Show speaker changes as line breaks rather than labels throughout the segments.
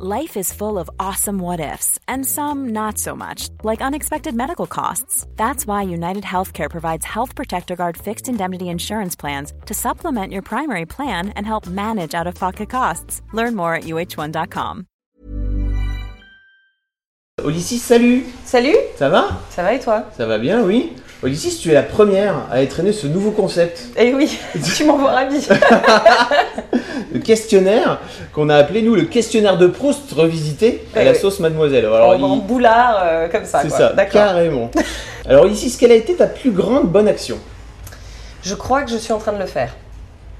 Life is full of awesome what ifs, and some not so much, like unexpected medical costs. That's why United Healthcare provides Health Protector Guard fixed indemnity insurance plans to supplement your primary plan and help manage out of pocket costs. Learn more at uh1.com.
Ulysses, salut
Salut,
Ça va
ça va et toi
Ça va bien, oui Ulysses, tu es la première à étraîner ce nouveau concept
Eh oui, tu m'envoies ravi.
le questionnaire qu'on a appelé, nous, le questionnaire de Proust revisité à
Eh
la
oui.
sauce mademoiselle.
En,
Alors,
en
il-
boulard, euh, comme ça.
c'est
quoi.
ça,
D'accord.
carrément. Alors Ulysses, quelle a été ta plus grande bonne action
Je crois que je suis en train de le faire.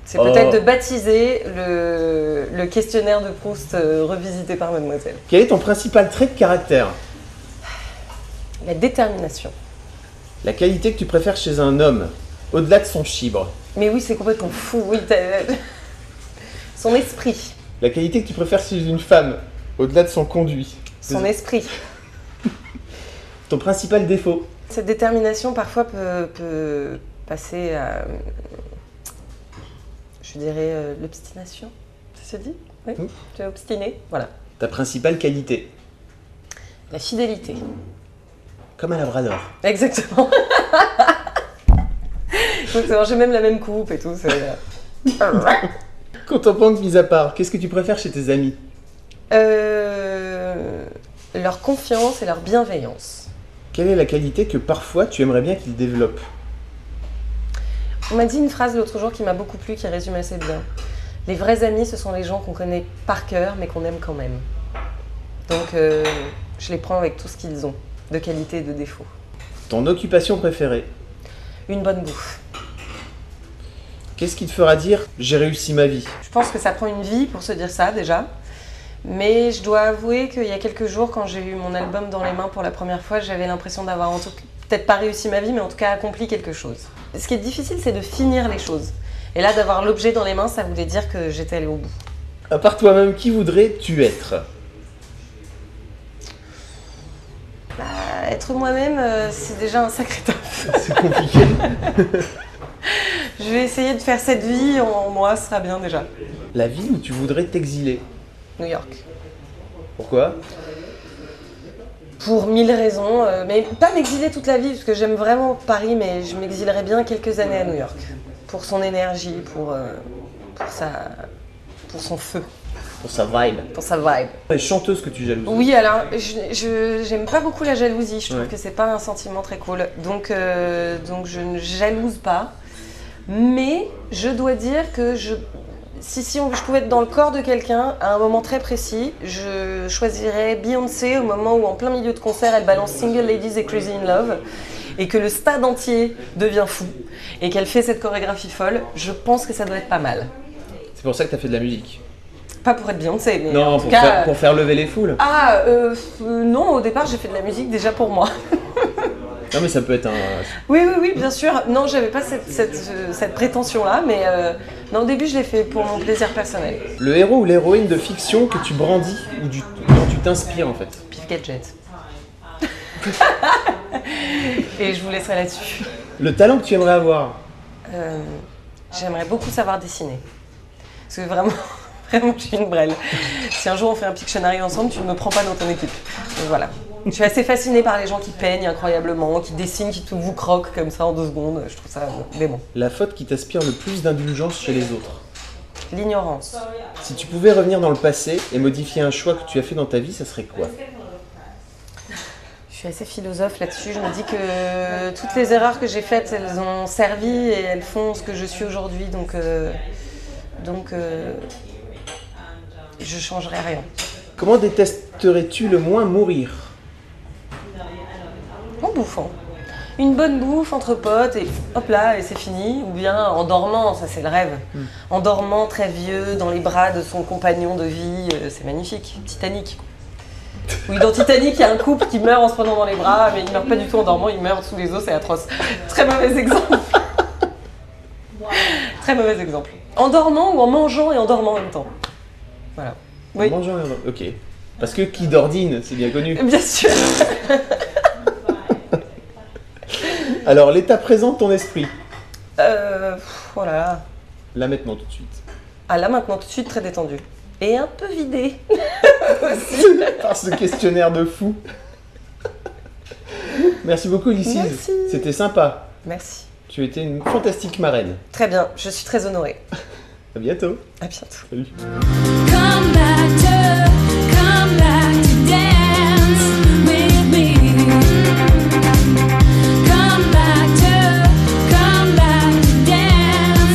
C'est
Oh.
peut-être de baptiser le, le questionnaire de Proust euh, revisité par Mademoiselle.
Quel est ton principal trait de caractère
La détermination.
La qualité que tu préfères chez un homme, au-delà de son chibre
Mais oui, c'est complètement fou. Oui, t'as- son esprit.
La qualité que tu préfères chez une femme, au-delà de son conduit
Son esprit.
Ton principal défaut
Cette détermination parfois peut, peut passer à, je dirais, euh, l'obstination. Ça se dit Oui.
Oui.
Tu es obstiné Voilà.
Ta principale qualité
La fidélité.
Comme un labrador.
Exactement. Donc c'est- j'ai même la même coupe et tout. c'est- euh.
Quand on pense mise à part, qu'est-ce que tu préfères chez tes amis
Euh, leur confiance et leur bienveillance.
Quelle est la qualité que parfois tu aimerais bien qu'ils développent
On m'a dit une phrase l'autre jour qui m'a beaucoup plu, qui résume assez bien. Les vrais amis, ce sont les gens qu'on connaît par cœur, mais qu'on aime quand même. Donc euh, je les prends avec tout ce qu'ils ont, de qualité et de défaut.
Ton occupation préférée
Une bonne bouffe.
Qu'est-ce qui te fera dire j'ai réussi ma vie
Je pense que ça prend une vie pour se dire ça déjà. Mais je dois avouer qu'il y a quelques jours, quand j'ai eu mon album dans les mains pour la première fois, j'avais l'impression d'avoir en tout- peut-être pas réussi ma vie, mais en tout cas accompli quelque chose. Ce qui est difficile, c'est de finir les choses. Et là, d'avoir l'objet dans les mains, ça voulait dire que j'étais allée au bout.
À part toi-même, qui voudrais-tu être
Euh, être moi-même, euh, c'est déjà un sacré taf.
C'est compliqué.
Je vais essayer de faire cette vie en moi, ce sera bien déjà.
la ville où tu voudrais t'exiler
New York.
Pourquoi
Pour mille raisons, euh, mais pas m'exiler toute la vie, parce que j'aime vraiment Paris, mais je m'exilerai bien quelques années à New York. Pour son énergie, pour, euh, pour, sa, pour son feu,
Pour sa vibe.
pour sa vibe.
Les chanteuses que tu jalouses.
Oui, alors, je- je j'aime pas beaucoup la jalousie, je trouve
Ouais.
que c'est pas un sentiment très cool. Donc, euh, donc je ne jalouse pas. Mais je dois dire que je, si, si on- je pouvais être dans le corps de quelqu'un à un moment très précis, je choisirais Beyoncé au moment où, en plein milieu de concert, elle balance Single Ladies et Crazy in Love. Et que le stade entier devient fou et qu'elle fait cette chorégraphie folle, je pense que ça doit être pas mal.
C'est pour ça que t'as fait de la musique.
Pas pour être Beyoncé, mais en
non,
tout
pour,
cas. euh,
faire, pour faire lever les foules.
Ah, euh, f- euh, non, au départ j'ai fait de la musique déjà pour moi.
Non, mais ça peut être un.
Oui, oui, oui, bien sûr. Non, j'avais pas cette, cette, euh, cette prétention-là, mais euh, non, au début je l'ai fait pour mon plaisir personnel.
Le héros ou l'héroïne de fiction que tu brandis ou du... dont tu t'inspires en fait.
Pif Gadget. Et je vous laisserai là-dessus.
Le talent que tu aimerais avoir.
Euh, J'aimerais beaucoup savoir dessiner. Parce que vraiment, vraiment, je suis une brêle. Si un jour on fait un Pictionary ensemble, tu ne me prends pas dans ton équipe. Donc voilà. Je suis assez fascinée par les gens qui peignent incroyablement, qui dessinent, qui tout vous croquent comme ça en deux secondes. Je trouve ça euh, dément.
La faute qui t'aspire le plus d'indulgence chez les autres.
L'ignorance.
Si tu pouvais revenir dans le passé et modifier un choix que tu as fait dans ta vie, ça serait quoi
Je suis assez philosophe là-dessus. Je me dis que toutes les erreurs que j'ai faites, elles ont servi et elles font ce que je suis aujourd'hui. Donc, euh, donc euh, je changerai rien.
Comment détesterais-tu le moins mourir
En bouffant. Une bonne bouffe entre potes et hop là, et c'est fini. Ou bien en dormant, ça c'est le rêve. En dormant très vieux, dans les bras de son compagnon de vie, euh, c'est magnifique. Titanic. Oui, dans Titanic, il y a un couple qui meurt en se prenant dans les bras, mais il meurt pas du tout en dormant, il meurt sous les os, c'est atroce. Très mauvais exemple. très mauvais exemple. En dormant ou en mangeant et en dormant en même temps. Voilà. Oui.
Mangeant et en- Ok. Parce que qui dordine, c'est bien connu.
Bien sûr.
Alors, l'état présent de ton esprit.
Euh, pff, oh là là.
Là maintenant, tout de suite.
Ah là maintenant tout de suite très détendu. Et un peu vidé.
par ce questionnaire de fou. Merci beaucoup, Lucie.
Merci.
C'était sympa.
Merci.
Tu étais une fantastique marraine.
Très bien, je suis très honorée.
À bientôt.
À bientôt.
Salut.
Come back to, come back to dance with me. Come back to, come back to dance.